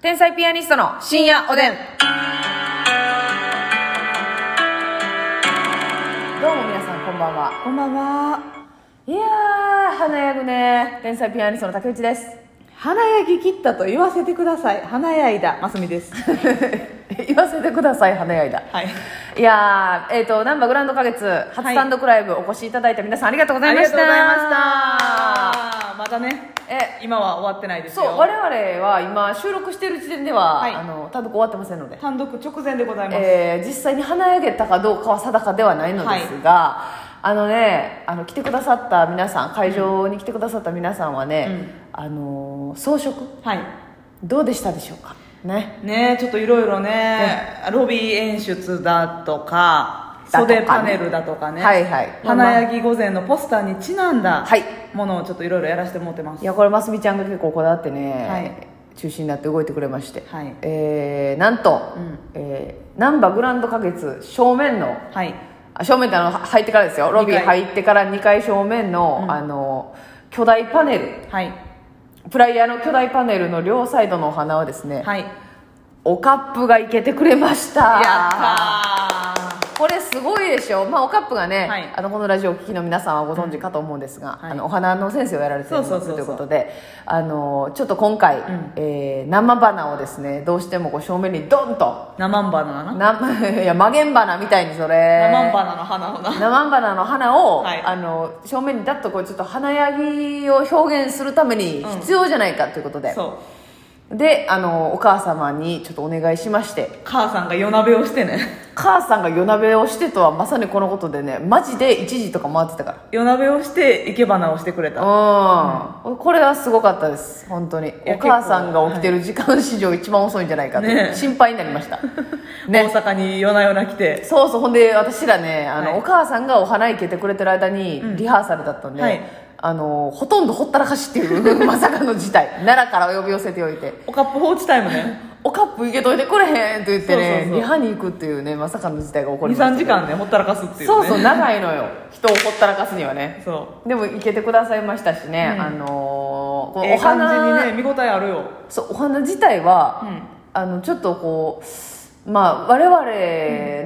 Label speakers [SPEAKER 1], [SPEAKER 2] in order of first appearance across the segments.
[SPEAKER 1] 天才ピアニストの深夜おでん。どうも皆さん、こんばんは。
[SPEAKER 2] こんばんは。
[SPEAKER 1] いやー、華やぐね。天才ピアニストの竹内です。
[SPEAKER 2] 花やぎ切ったと言わせてください。花やいだ、ますみです。
[SPEAKER 1] 言わせてください、華やいだ。
[SPEAKER 2] はい。
[SPEAKER 1] いやー、えっ、と、ナンバーグランド花月、初
[SPEAKER 2] はい
[SPEAKER 1] 単独ライブ、お越しいただいた皆さんありがとうございました。
[SPEAKER 2] まだね、
[SPEAKER 1] え
[SPEAKER 2] 今は終わってないです
[SPEAKER 1] そう
[SPEAKER 2] よ。
[SPEAKER 1] 我々は今収録している時点では、
[SPEAKER 2] はい
[SPEAKER 1] あの単独終わってませんので、
[SPEAKER 2] 単独直前でございます。
[SPEAKER 1] えー実際に花上げたかどうかは定かではないのですが、あのねあの来てくださった皆さん会場に来てくださった皆さんはね、
[SPEAKER 2] うん
[SPEAKER 1] あのー装飾
[SPEAKER 2] はい。
[SPEAKER 1] どうでしたでしょうかね
[SPEAKER 2] ねちょっといろいろね、ロビー演出だとか、
[SPEAKER 1] だとかね
[SPEAKER 2] 袖パネルだとかね。
[SPEAKER 1] はいはい
[SPEAKER 2] 花やぎ午前のポスターにちなんだ、
[SPEAKER 1] はい
[SPEAKER 2] ものをちょっといろいろやらせてもらってます。
[SPEAKER 1] いやこれますみちゃんが結構こだわってね、
[SPEAKER 2] はい
[SPEAKER 1] 中心になって動いてくれまして、
[SPEAKER 2] はい
[SPEAKER 1] えーなんと、
[SPEAKER 2] うん
[SPEAKER 1] えー、なんばグランド花月正面の
[SPEAKER 2] はい。
[SPEAKER 1] あ正面ってあのは入ってからですよロビー
[SPEAKER 2] 二階
[SPEAKER 1] 入ってから2階正面の,、あの巨大パネル
[SPEAKER 2] はい。
[SPEAKER 1] プライヤーの巨大パネルの両サイドのお花はですね、
[SPEAKER 2] はい。や
[SPEAKER 1] おカップがいけてくれました
[SPEAKER 2] ったー。
[SPEAKER 1] これすごいでしょ、まあ、おカップがね、
[SPEAKER 2] はい
[SPEAKER 1] あのこのラジオをお聞きの皆さんはご存知かと思うんですが、
[SPEAKER 2] うんはい
[SPEAKER 1] あのお花の先生をやられている
[SPEAKER 2] そうそうそうそう
[SPEAKER 1] ということであのちょっと今回、
[SPEAKER 2] ん
[SPEAKER 1] えー生花をですねどうしてもこう正面にドンと
[SPEAKER 2] 生んばなな。
[SPEAKER 1] 生 いや曲げん花みたいにそれ
[SPEAKER 2] 生んばなの花をな。
[SPEAKER 1] 生花の花を、
[SPEAKER 2] はい
[SPEAKER 1] あの正面にだっとこうちょっと花やぎを表現するために
[SPEAKER 2] うん
[SPEAKER 1] 必要じゃないかということで、
[SPEAKER 2] そう。
[SPEAKER 1] であのお母様にちょっとお願いしまして
[SPEAKER 2] 母さんが夜鍋をしてね
[SPEAKER 1] 母さんが夜鍋をしてとはまさにこのことでねマジで1時とか回ってたか
[SPEAKER 2] 夜鍋をして生け花をしてくれた
[SPEAKER 1] らうん、これはすごかったです本当に
[SPEAKER 2] や
[SPEAKER 1] お母さんが起きてる時間史上一番遅いんじゃないかって、
[SPEAKER 2] ねえ
[SPEAKER 1] 心配になりま した
[SPEAKER 2] 大
[SPEAKER 1] ね
[SPEAKER 2] 阪に夜な夜な来て
[SPEAKER 1] そうそうほんで私らねあの、
[SPEAKER 2] はい
[SPEAKER 1] お母さんがお花いけてくれてる間にリハーサルだったんで、
[SPEAKER 2] はい
[SPEAKER 1] あのほとんどほったらかしっていう まさかの事態奈良から呼び寄せておいて
[SPEAKER 2] おカップ放置タイムね
[SPEAKER 1] おカップいけといてくれへんと言ってね
[SPEAKER 2] そうそうそう
[SPEAKER 1] リハに行くっていうねまさかの事態が起こりました
[SPEAKER 2] 23時間ねほったらかすっていうね
[SPEAKER 1] そうそう長いのよ人をほったらかすにはね
[SPEAKER 2] そ
[SPEAKER 1] でも行けてくださいましたしね、
[SPEAKER 2] うん
[SPEAKER 1] あのーこ
[SPEAKER 2] う
[SPEAKER 1] う
[SPEAKER 2] ええ
[SPEAKER 1] お花
[SPEAKER 2] 感じにね見応えあるよ
[SPEAKER 1] そうお花自体は、
[SPEAKER 2] うん
[SPEAKER 1] あのちょっとこうまあ我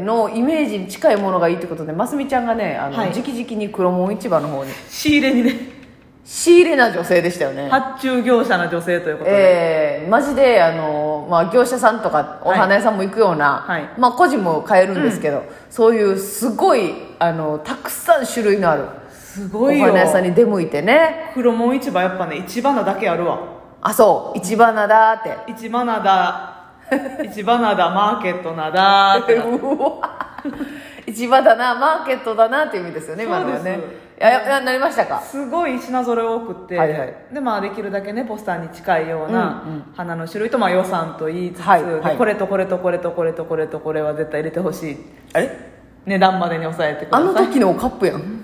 [SPEAKER 1] 々のイメージに近いものがいいってことでますみちゃんがねあの、
[SPEAKER 2] はい
[SPEAKER 1] 直々に黒門市場の方に
[SPEAKER 2] 仕入れにね
[SPEAKER 1] 仕入れな女性でしたよね
[SPEAKER 2] 発注業者の女性ということで、
[SPEAKER 1] えーマジであの、まあ、業者さんとかお花屋さんも行くような、
[SPEAKER 2] はいはい
[SPEAKER 1] まあ、個人も買えるんですけど、そういうすごいあのたくさん種類のある
[SPEAKER 2] す
[SPEAKER 1] お
[SPEAKER 2] ごい
[SPEAKER 1] 花
[SPEAKER 2] よ
[SPEAKER 1] 屋さんに出向いてね
[SPEAKER 2] 黒門市場やっぱね市場なだけあるわ
[SPEAKER 1] あそう市場なだーって
[SPEAKER 2] 市場 なだ市場なだマーケットなだって な
[SPEAKER 1] うわ市場だなマーケットだなっていう意味ですよね今のはね
[SPEAKER 2] そうです
[SPEAKER 1] いやいやなりましたか
[SPEAKER 2] すごい品揃え多くって、
[SPEAKER 1] はいはい
[SPEAKER 2] でまあ、できるだけねポスターに近いよう
[SPEAKER 1] うんうん
[SPEAKER 2] な花の種類と、まあ、予算と言いつつ、
[SPEAKER 1] はい
[SPEAKER 2] で
[SPEAKER 1] はい
[SPEAKER 2] これとこれとこれとこれとこれとこれは絶対入れてほしい
[SPEAKER 1] あれ
[SPEAKER 2] 値段までに抑えてくだ
[SPEAKER 1] あ
[SPEAKER 2] さい
[SPEAKER 1] の時のカップや ん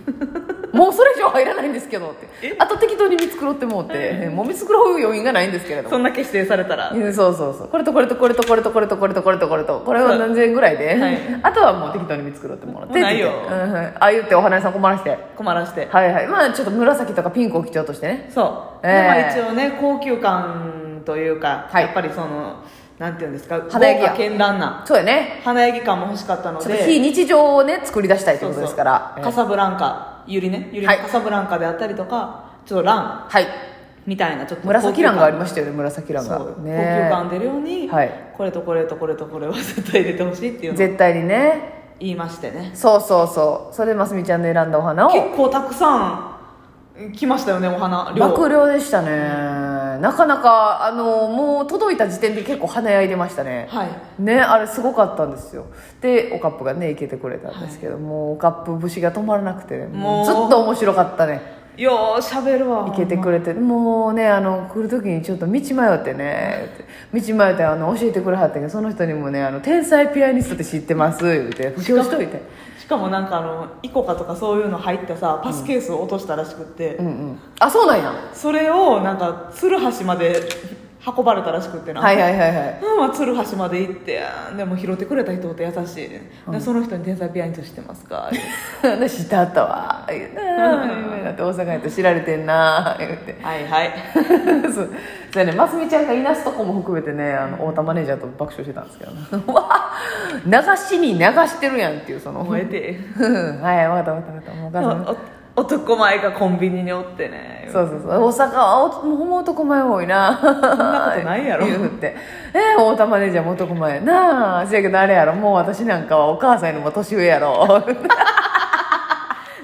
[SPEAKER 1] もうそれ以上入らないんですけどってあと適当に見繕ってもうってもう見繕う余韻がないんですけれど
[SPEAKER 2] そ
[SPEAKER 1] も
[SPEAKER 2] んだけ指定されたら、
[SPEAKER 1] うんそうそうそうこれとこれとこれとこれとこれとこれとこれとこれとこれは何千円ぐらいで、
[SPEAKER 2] はい
[SPEAKER 1] あとはもう適当に見繕ってもらって
[SPEAKER 2] もうないよ
[SPEAKER 1] って言ってうんうんああ言ってお花屋さん困らせて
[SPEAKER 2] 困らして
[SPEAKER 1] はいはいまあちょっと紫とかピンクを基調としてね
[SPEAKER 2] そう、
[SPEAKER 1] え
[SPEAKER 2] で
[SPEAKER 1] え
[SPEAKER 2] まあ、一応ね高級感というか、
[SPEAKER 1] はい
[SPEAKER 2] やっぱりそのなんていうんですか
[SPEAKER 1] 華やぎや
[SPEAKER 2] 豪華絢爛な
[SPEAKER 1] そうやね
[SPEAKER 2] 華やぎ感も欲しかったの
[SPEAKER 1] ちょっと非
[SPEAKER 2] で
[SPEAKER 1] 日常をね作り出したいと
[SPEAKER 2] そ
[SPEAKER 1] いうこ
[SPEAKER 2] うそ
[SPEAKER 1] と
[SPEAKER 2] う
[SPEAKER 1] ですからえ
[SPEAKER 2] カサブランカユリねユリの
[SPEAKER 1] はい
[SPEAKER 2] カサブランカであったりとかちょっとラン
[SPEAKER 1] はい
[SPEAKER 2] みたいなちょっと
[SPEAKER 1] 紫蘭があり
[SPEAKER 2] ま
[SPEAKER 1] ましたよね紫蘭が
[SPEAKER 2] そう、
[SPEAKER 1] ね
[SPEAKER 2] 高級感出るように、
[SPEAKER 1] はい
[SPEAKER 2] これとこれとこれとこれは絶対入れてほしいっていうのを
[SPEAKER 1] 絶対にね
[SPEAKER 2] 言いましてね
[SPEAKER 1] そうそうそうそれでますみちゃんの選んだお花を
[SPEAKER 2] 結構たくさん来ましたよねお花量
[SPEAKER 1] 爆量でしたねなかなかあのもう届いた時点で結構華やいでましたね
[SPEAKER 2] はい
[SPEAKER 1] ねあれすごかったんですよでおカップがねいけてくれたんですけど、もうおカップ節が止まらなくてねも
[SPEAKER 2] も
[SPEAKER 1] う
[SPEAKER 2] う
[SPEAKER 1] ずっと面白かったね
[SPEAKER 2] ようしゃべるわ
[SPEAKER 1] 行けてくれてもうねあの来る時にちょっと道迷ってね道迷ってあの教えてくれはったけどその人にもね「あの天才ピアニストって知ってます」言うて布教しといて
[SPEAKER 2] しかもなんかあのイコカとかそういうの入ったさパスケースを落としたらしくって、
[SPEAKER 1] うんうんあそうなんや
[SPEAKER 2] それをなんかつるはしまで運ばれたらしくってな、
[SPEAKER 1] はいはいはいはい
[SPEAKER 2] うんまあ、鶴橋まで行ってでも拾ってくれた人って優しい、でその人に天才ピアニスト知ってますか
[SPEAKER 1] で知ってあったわ言う て
[SPEAKER 2] う
[SPEAKER 1] だって大阪やと知られてんな言うて
[SPEAKER 2] はいはい
[SPEAKER 1] そうそうやねますみちゃんがいなすとこも含めてねあの太田マネージャーと爆笑してたんですけどなう わ流しに流してるやんっていうそのは
[SPEAKER 2] 覚
[SPEAKER 1] い
[SPEAKER 2] えて
[SPEAKER 1] 分かった分かった分かったもうお母さん
[SPEAKER 2] お男前がコンビニにおってね
[SPEAKER 1] そうそうそう大阪はおもう男前多いなそん
[SPEAKER 2] なことないや ろ
[SPEAKER 1] 言うて「えー、太田マネージャーも男前やなあせやけどあれやろもう私なんかはお母さんよりも年上やろ」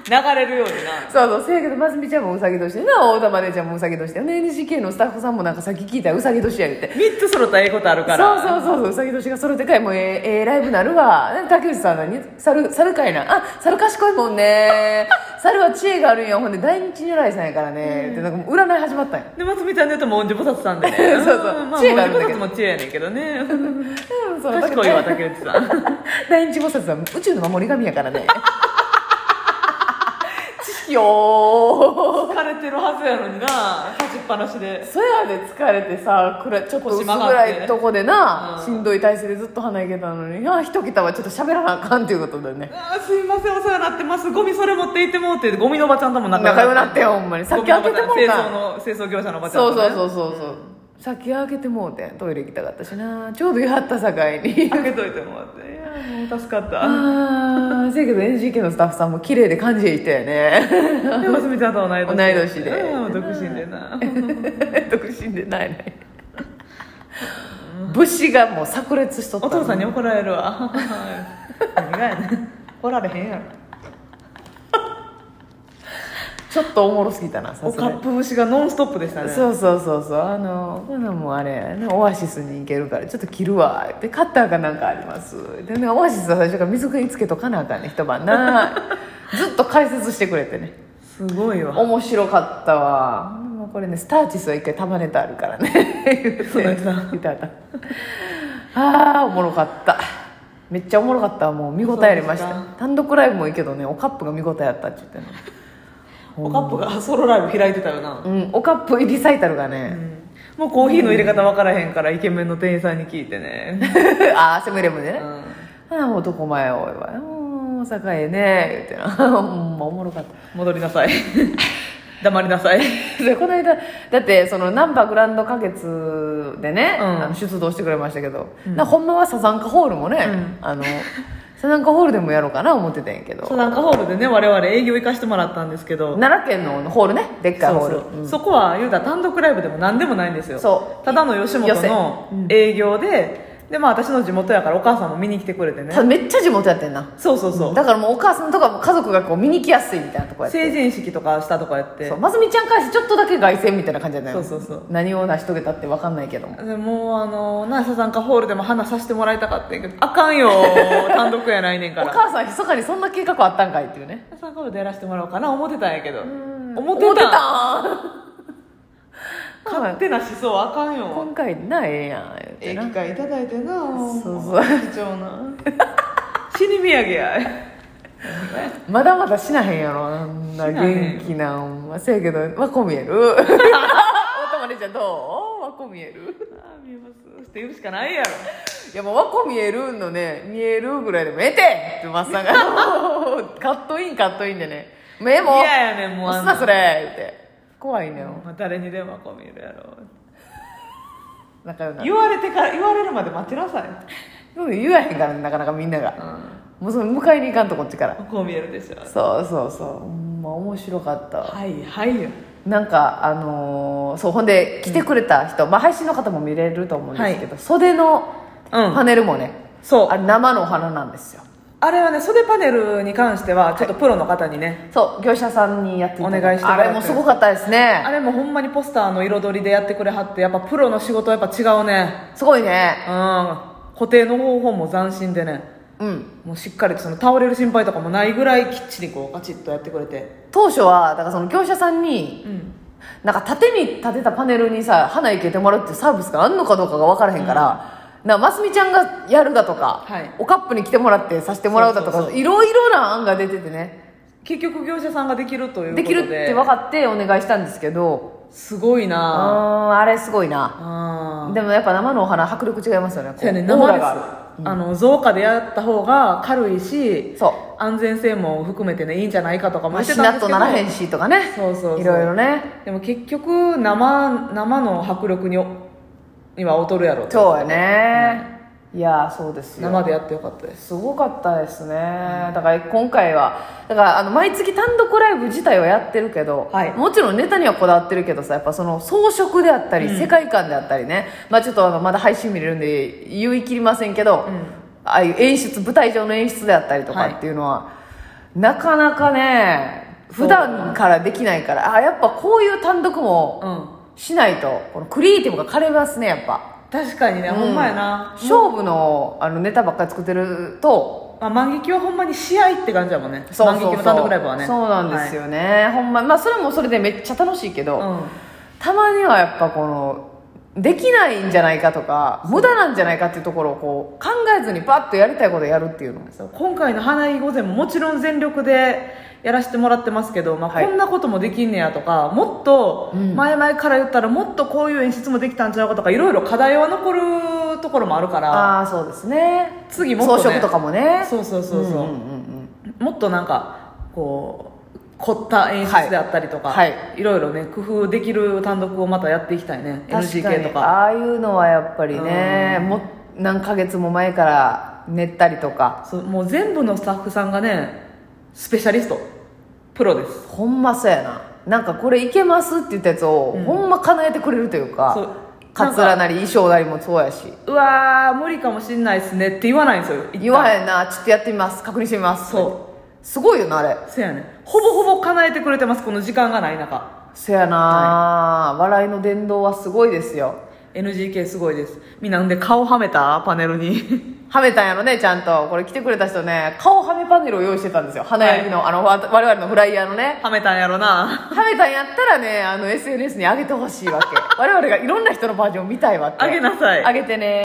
[SPEAKER 2] 流れるようにな
[SPEAKER 1] そうそうせやけどますみちゃんもうさぎ年やな太田マネージャーもうさぎ年やね NGK のスタッフさんもなんかさっき聞いたらうさぎ年や言うて。
[SPEAKER 2] 3つ揃ったらええことある
[SPEAKER 1] そ
[SPEAKER 2] か
[SPEAKER 1] う
[SPEAKER 2] ら
[SPEAKER 1] そうそうそううさぎ年がそれでかいもうええええライブなるわね竹内さん何猿猿かいなあ猿賢いもん ね猿は知恵があるんやほんで大日如来さんやからねってなんかもう占い始まったんや
[SPEAKER 2] で松見ちゃんで言うと文字菩薩さんでね
[SPEAKER 1] そうそうん
[SPEAKER 2] まあ、
[SPEAKER 1] 知
[SPEAKER 2] 文
[SPEAKER 1] 恵
[SPEAKER 2] 字
[SPEAKER 1] があるんだ
[SPEAKER 2] 菩
[SPEAKER 1] け
[SPEAKER 2] 薩
[SPEAKER 1] ど
[SPEAKER 2] も知恵やねんけどね
[SPEAKER 1] うんそうだけど
[SPEAKER 2] 賢 いわ竹内さん
[SPEAKER 1] 大日菩薩は宇宙の守り神やから ね知識よ
[SPEAKER 2] 疲れてるはずやのにな立ちっぱなしで
[SPEAKER 1] そやで疲れてさくらちょっと薄
[SPEAKER 2] 腰曲がって
[SPEAKER 1] 暗いとこでな、
[SPEAKER 2] うん
[SPEAKER 1] しんどい体勢でずっと鼻いけたのにあ一桁はちょっと喋らなあかんっていうことだよね
[SPEAKER 2] あーすいませんお世話になってますゴミそれ持って行ってもうてゴミのおばちゃんとも仲良く
[SPEAKER 1] 仲良くなってよほんまにさっき開けても
[SPEAKER 2] ゴ
[SPEAKER 1] う
[SPEAKER 2] ミのおばち
[SPEAKER 1] た
[SPEAKER 2] ゃん清掃の清掃業者のおばちゃ
[SPEAKER 1] そう
[SPEAKER 2] ん
[SPEAKER 1] そう
[SPEAKER 2] う
[SPEAKER 1] そうそうそう、さっき開けてもうてんトイレ行きたかったしなちょうど言い張ったさかいに
[SPEAKER 2] 開けといてもらっていやもう助かった
[SPEAKER 1] ああせやけど NGK のスタッフさんも綺麗で感じいたよね
[SPEAKER 2] でますみちゃんと同い年
[SPEAKER 1] 同い年で
[SPEAKER 2] うん独身でな
[SPEAKER 1] 独身でないね武士がもう炸裂しとった
[SPEAKER 2] お父さんに
[SPEAKER 1] に
[SPEAKER 2] 怒られるわ何がやねん 怒られへんやろ
[SPEAKER 1] ちょっとおもろすぎたなさ
[SPEAKER 2] お
[SPEAKER 1] す
[SPEAKER 2] か
[SPEAKER 1] が
[SPEAKER 2] っ
[SPEAKER 1] に
[SPEAKER 2] ぷ節がノンストップでしたね
[SPEAKER 1] そうそうそうそうあのこんなんもうあれやねオアシスに行けるからちょっと着るわでカッターかなんかありますでねオアシスは最初から水につけとかなあかんね一晩な ずっと解説してくれてね
[SPEAKER 2] すごいわ
[SPEAKER 1] 面白かったわもうこれねスターチスは一回束ねてあるからね言って
[SPEAKER 2] そうなんだ
[SPEAKER 1] いただああおもろかっためっちゃおもろかったわもう見応えありまし
[SPEAKER 2] そう
[SPEAKER 1] た
[SPEAKER 2] です
[SPEAKER 1] 単独ライブもいいけどねおカップが見応えあったって言ってね
[SPEAKER 2] おかっぷがソロライブ開いてたよな
[SPEAKER 1] うんおカップリサイタルがね、
[SPEAKER 2] もうコーヒーの入れ方分からへんからイケメンの店員さんに聞いてね
[SPEAKER 1] ああセブンイレブンでね、
[SPEAKER 2] うん
[SPEAKER 1] ああ男前多いわうん大阪へね言ってな ほんまおもろかった
[SPEAKER 2] 戻りな さい黙りなさい
[SPEAKER 1] でこの間だってその難波グランド花月でね、
[SPEAKER 2] うん
[SPEAKER 1] あの出動してくれましたけど、なほんまはサザンカホールもね、あのサザンカホールでもやろうかな思ってたんやけど
[SPEAKER 2] サザンカホールでね我々営業行かしてもらったんですけど
[SPEAKER 1] 奈良県のホールねでっかい
[SPEAKER 2] そう
[SPEAKER 1] ホー
[SPEAKER 2] そ
[SPEAKER 1] ル
[SPEAKER 2] うそこは言うたら単独ライブでも何でもないんですよ
[SPEAKER 1] そう
[SPEAKER 2] ただの吉本の営業で、でまあ私の地元やからお母さんも見に来てくれてね
[SPEAKER 1] ただめっちゃ地元やってんな
[SPEAKER 2] そうそうそう、
[SPEAKER 1] だからもうお母さんとかも家族がこう見に来やすいみたいなとこやって
[SPEAKER 2] 成人式とかしたとかやって
[SPEAKER 1] そうますみちゃん返してちょっとだけ凱旋みたいな感じじゃない
[SPEAKER 2] そうそうそう
[SPEAKER 1] 何を成し遂げたって分かんないけども
[SPEAKER 2] でもうあのなサザンカホールでも話させてもらいたかったんやけどあかんよ単独やないねん
[SPEAKER 1] お
[SPEAKER 2] から
[SPEAKER 1] 母さん密かにそんな計画あったんかいっていうね
[SPEAKER 2] サザンカホールでやらせてもらおうかな思ってたんやけど思
[SPEAKER 1] 思
[SPEAKER 2] っ
[SPEAKER 1] ってて
[SPEAKER 2] た
[SPEAKER 1] た
[SPEAKER 2] 勝手な思想あかんよ
[SPEAKER 1] 今回なええやん言う
[SPEAKER 2] え
[SPEAKER 1] て
[SPEAKER 2] え
[SPEAKER 1] な
[SPEAKER 2] 機会いただいてな
[SPEAKER 1] そうそう
[SPEAKER 2] 貴重な死に土産や
[SPEAKER 1] まだまだ死なへんやろあんな
[SPEAKER 2] 死なへん
[SPEAKER 1] 元気なほんませやけどわこ見えるおたまれちゃんどうわこ見える
[SPEAKER 2] あ見えますって言うしかないやろ
[SPEAKER 1] いやもうわこ見えるのね見えるぐらいでもええてってマッサンがカットインカットインでね目も
[SPEAKER 2] 嫌やねんもう
[SPEAKER 1] 押
[SPEAKER 2] あ
[SPEAKER 1] す
[SPEAKER 2] ん
[SPEAKER 1] な
[SPEAKER 2] な
[SPEAKER 1] それ言うて怖いねん
[SPEAKER 2] まあ誰にでもこう見るやろ
[SPEAKER 1] 仲良くな
[SPEAKER 2] 言われてから言われるまで待ちなさい、
[SPEAKER 1] そう言わへんからなかなかみんながもうその迎えに行かんとこっちから
[SPEAKER 2] こう見えるでしょ
[SPEAKER 1] そうそうそうほんま面白かったわ
[SPEAKER 2] はいはいよ
[SPEAKER 1] なんかあのーそうほんで来てくれた人、まあ、配信の方も見れると思うんですけど、袖の
[SPEAKER 2] うん
[SPEAKER 1] パネルもね、
[SPEAKER 2] そう
[SPEAKER 1] あれ生のお花なんですよ
[SPEAKER 2] あれはね袖パネルに関してはちょっとプロの方にね、
[SPEAKER 1] そう業者さんにやっていただ
[SPEAKER 2] お願いしても
[SPEAKER 1] あ
[SPEAKER 2] らって
[SPEAKER 1] れもすごかったですね
[SPEAKER 2] あれもほんまにポスターの彩りでやってくれはってやっぱプロの仕事はやっぱ違うね
[SPEAKER 1] すごいうね
[SPEAKER 2] ん固定の方法も斬新でね
[SPEAKER 1] うん
[SPEAKER 2] もうしっかりとその倒れる心配とかもないぐらいきっちりこうガチッとやってくれて
[SPEAKER 1] 当初はだからその業者さんに、
[SPEAKER 2] ん
[SPEAKER 1] なんか縦に立てたパネルにさ花いけてもらうっていうサービスがあんのかどうかが分からへんから、なますみちゃんがやるだとか、
[SPEAKER 2] はい
[SPEAKER 1] おカップに来てもらってさせてもらうだとか
[SPEAKER 2] そうそうそ
[SPEAKER 1] いろいろな案が出ててね
[SPEAKER 2] 結局業者さんができるということ
[SPEAKER 1] で
[SPEAKER 2] で
[SPEAKER 1] きるって分かってお願いしたんですけど
[SPEAKER 2] すごいな
[SPEAKER 1] ああれすごいな
[SPEAKER 2] あー
[SPEAKER 1] でもやっぱ生のお花迫力違いますよねこ
[SPEAKER 2] そうやね
[SPEAKER 1] オー
[SPEAKER 2] 生
[SPEAKER 1] ラ
[SPEAKER 2] です
[SPEAKER 1] が
[SPEAKER 2] あ
[SPEAKER 1] あ
[SPEAKER 2] の造花でやった方が軽いし
[SPEAKER 1] るそう
[SPEAKER 2] 安全性も含めてねいいんじゃないかとかも
[SPEAKER 1] まあ
[SPEAKER 2] 言って
[SPEAKER 1] した
[SPEAKER 2] ん
[SPEAKER 1] な
[SPEAKER 2] で
[SPEAKER 1] っ
[SPEAKER 2] す
[SPEAKER 1] と
[SPEAKER 2] けど
[SPEAKER 1] ならへんしとかね
[SPEAKER 2] そうそうそう
[SPEAKER 1] いろいろね
[SPEAKER 2] でも結局生生の迫力にには劣るやろと
[SPEAKER 1] そうやね、いやーそうですよ
[SPEAKER 2] 生でやってよかったです
[SPEAKER 1] すごかったですね、だから今回はだからあの毎月単独ライブ自体はやってるけど、
[SPEAKER 2] はい
[SPEAKER 1] もちろんネタにはこだわってるけどさやっぱその装飾であったり、世界観であったりね、まあ、ちょっとあのまだ配信見れるんで言い切りませんけど、ああいう演出舞台上の演出であったりとか
[SPEAKER 2] はい
[SPEAKER 1] っていうのは、なかなかね普段からできないからあやっぱこういう単独
[SPEAKER 2] う
[SPEAKER 1] も
[SPEAKER 2] ん
[SPEAKER 1] しないとこのクリエイティブが枯れますねやっぱ。
[SPEAKER 2] 確かにね、ほんまやな
[SPEAKER 1] 勝負のあのネタばっかり作ってると
[SPEAKER 2] まあ、万劇はほんまに試合って感じやもんね
[SPEAKER 1] そうそうそう
[SPEAKER 2] 万劇の単独ライブはね
[SPEAKER 1] そうなんです
[SPEAKER 2] よ、
[SPEAKER 1] よね、ほんままあそれもそれでめっちゃ楽しいけど、
[SPEAKER 2] はいうん
[SPEAKER 1] たまにはやっぱこのできないんじゃないかとか無駄なんじゃないかっていうところをこう考えずにバッとやりたいことやるっていうの
[SPEAKER 2] そう今回の「花井御前」ももちろん全力でやらせてもらってますけど、まあ、
[SPEAKER 1] はい
[SPEAKER 2] こんなこともできんねやとかもっと
[SPEAKER 1] うん
[SPEAKER 2] 前々から言ったらもっとこういう演出もできたんちゃうかとかいろいろ課題は残るところもあるから
[SPEAKER 1] ああそうですね
[SPEAKER 2] 次もっと、ね、
[SPEAKER 1] 装飾とかもね
[SPEAKER 2] そうそうそうそう、
[SPEAKER 1] んんうん
[SPEAKER 2] もっとなんかこう凝った演出であったりとか、、
[SPEAKER 1] はいはい
[SPEAKER 2] ろいろね工夫できる単独をまたやっていきたいね
[SPEAKER 1] うん、確か
[SPEAKER 2] NGK
[SPEAKER 1] に
[SPEAKER 2] とか
[SPEAKER 1] ああいうのはやっぱりねもう何ヶ月も前から練ったりとか
[SPEAKER 2] そうもう全部のスタッフさんがねスペシャリストプロです
[SPEAKER 1] ほんまそうやななんかこれいけますって言ったやつを、ほんま叶えてくれるという
[SPEAKER 2] そう
[SPEAKER 1] かカツラなり衣装なりもそうやし
[SPEAKER 2] うわー無理かもしんないっすねって言わないんですよ
[SPEAKER 1] 言わ
[SPEAKER 2] い
[SPEAKER 1] へんなちょっとやってみます確認してみます
[SPEAKER 2] そ
[SPEAKER 1] すごいよなあれ
[SPEAKER 2] せやねほぼほぼ叶えてくれてますこの時間がない中
[SPEAKER 1] せやな、笑いの殿堂はすごいですよ
[SPEAKER 2] NGK すごいですみんなんで顔はめたパネルに
[SPEAKER 1] はめたんやろねちゃんとこれ来てくれた人ね顔はめパネルを用意してたんですよ花焼きの,、あのわ我々のフライヤーのね
[SPEAKER 2] はめたんやろな
[SPEAKER 1] はめたんやったら ねあの SNS に上げてほしいわけ我々がいろんな人のバージョン見たいわって
[SPEAKER 2] あげなさい
[SPEAKER 1] 上げてね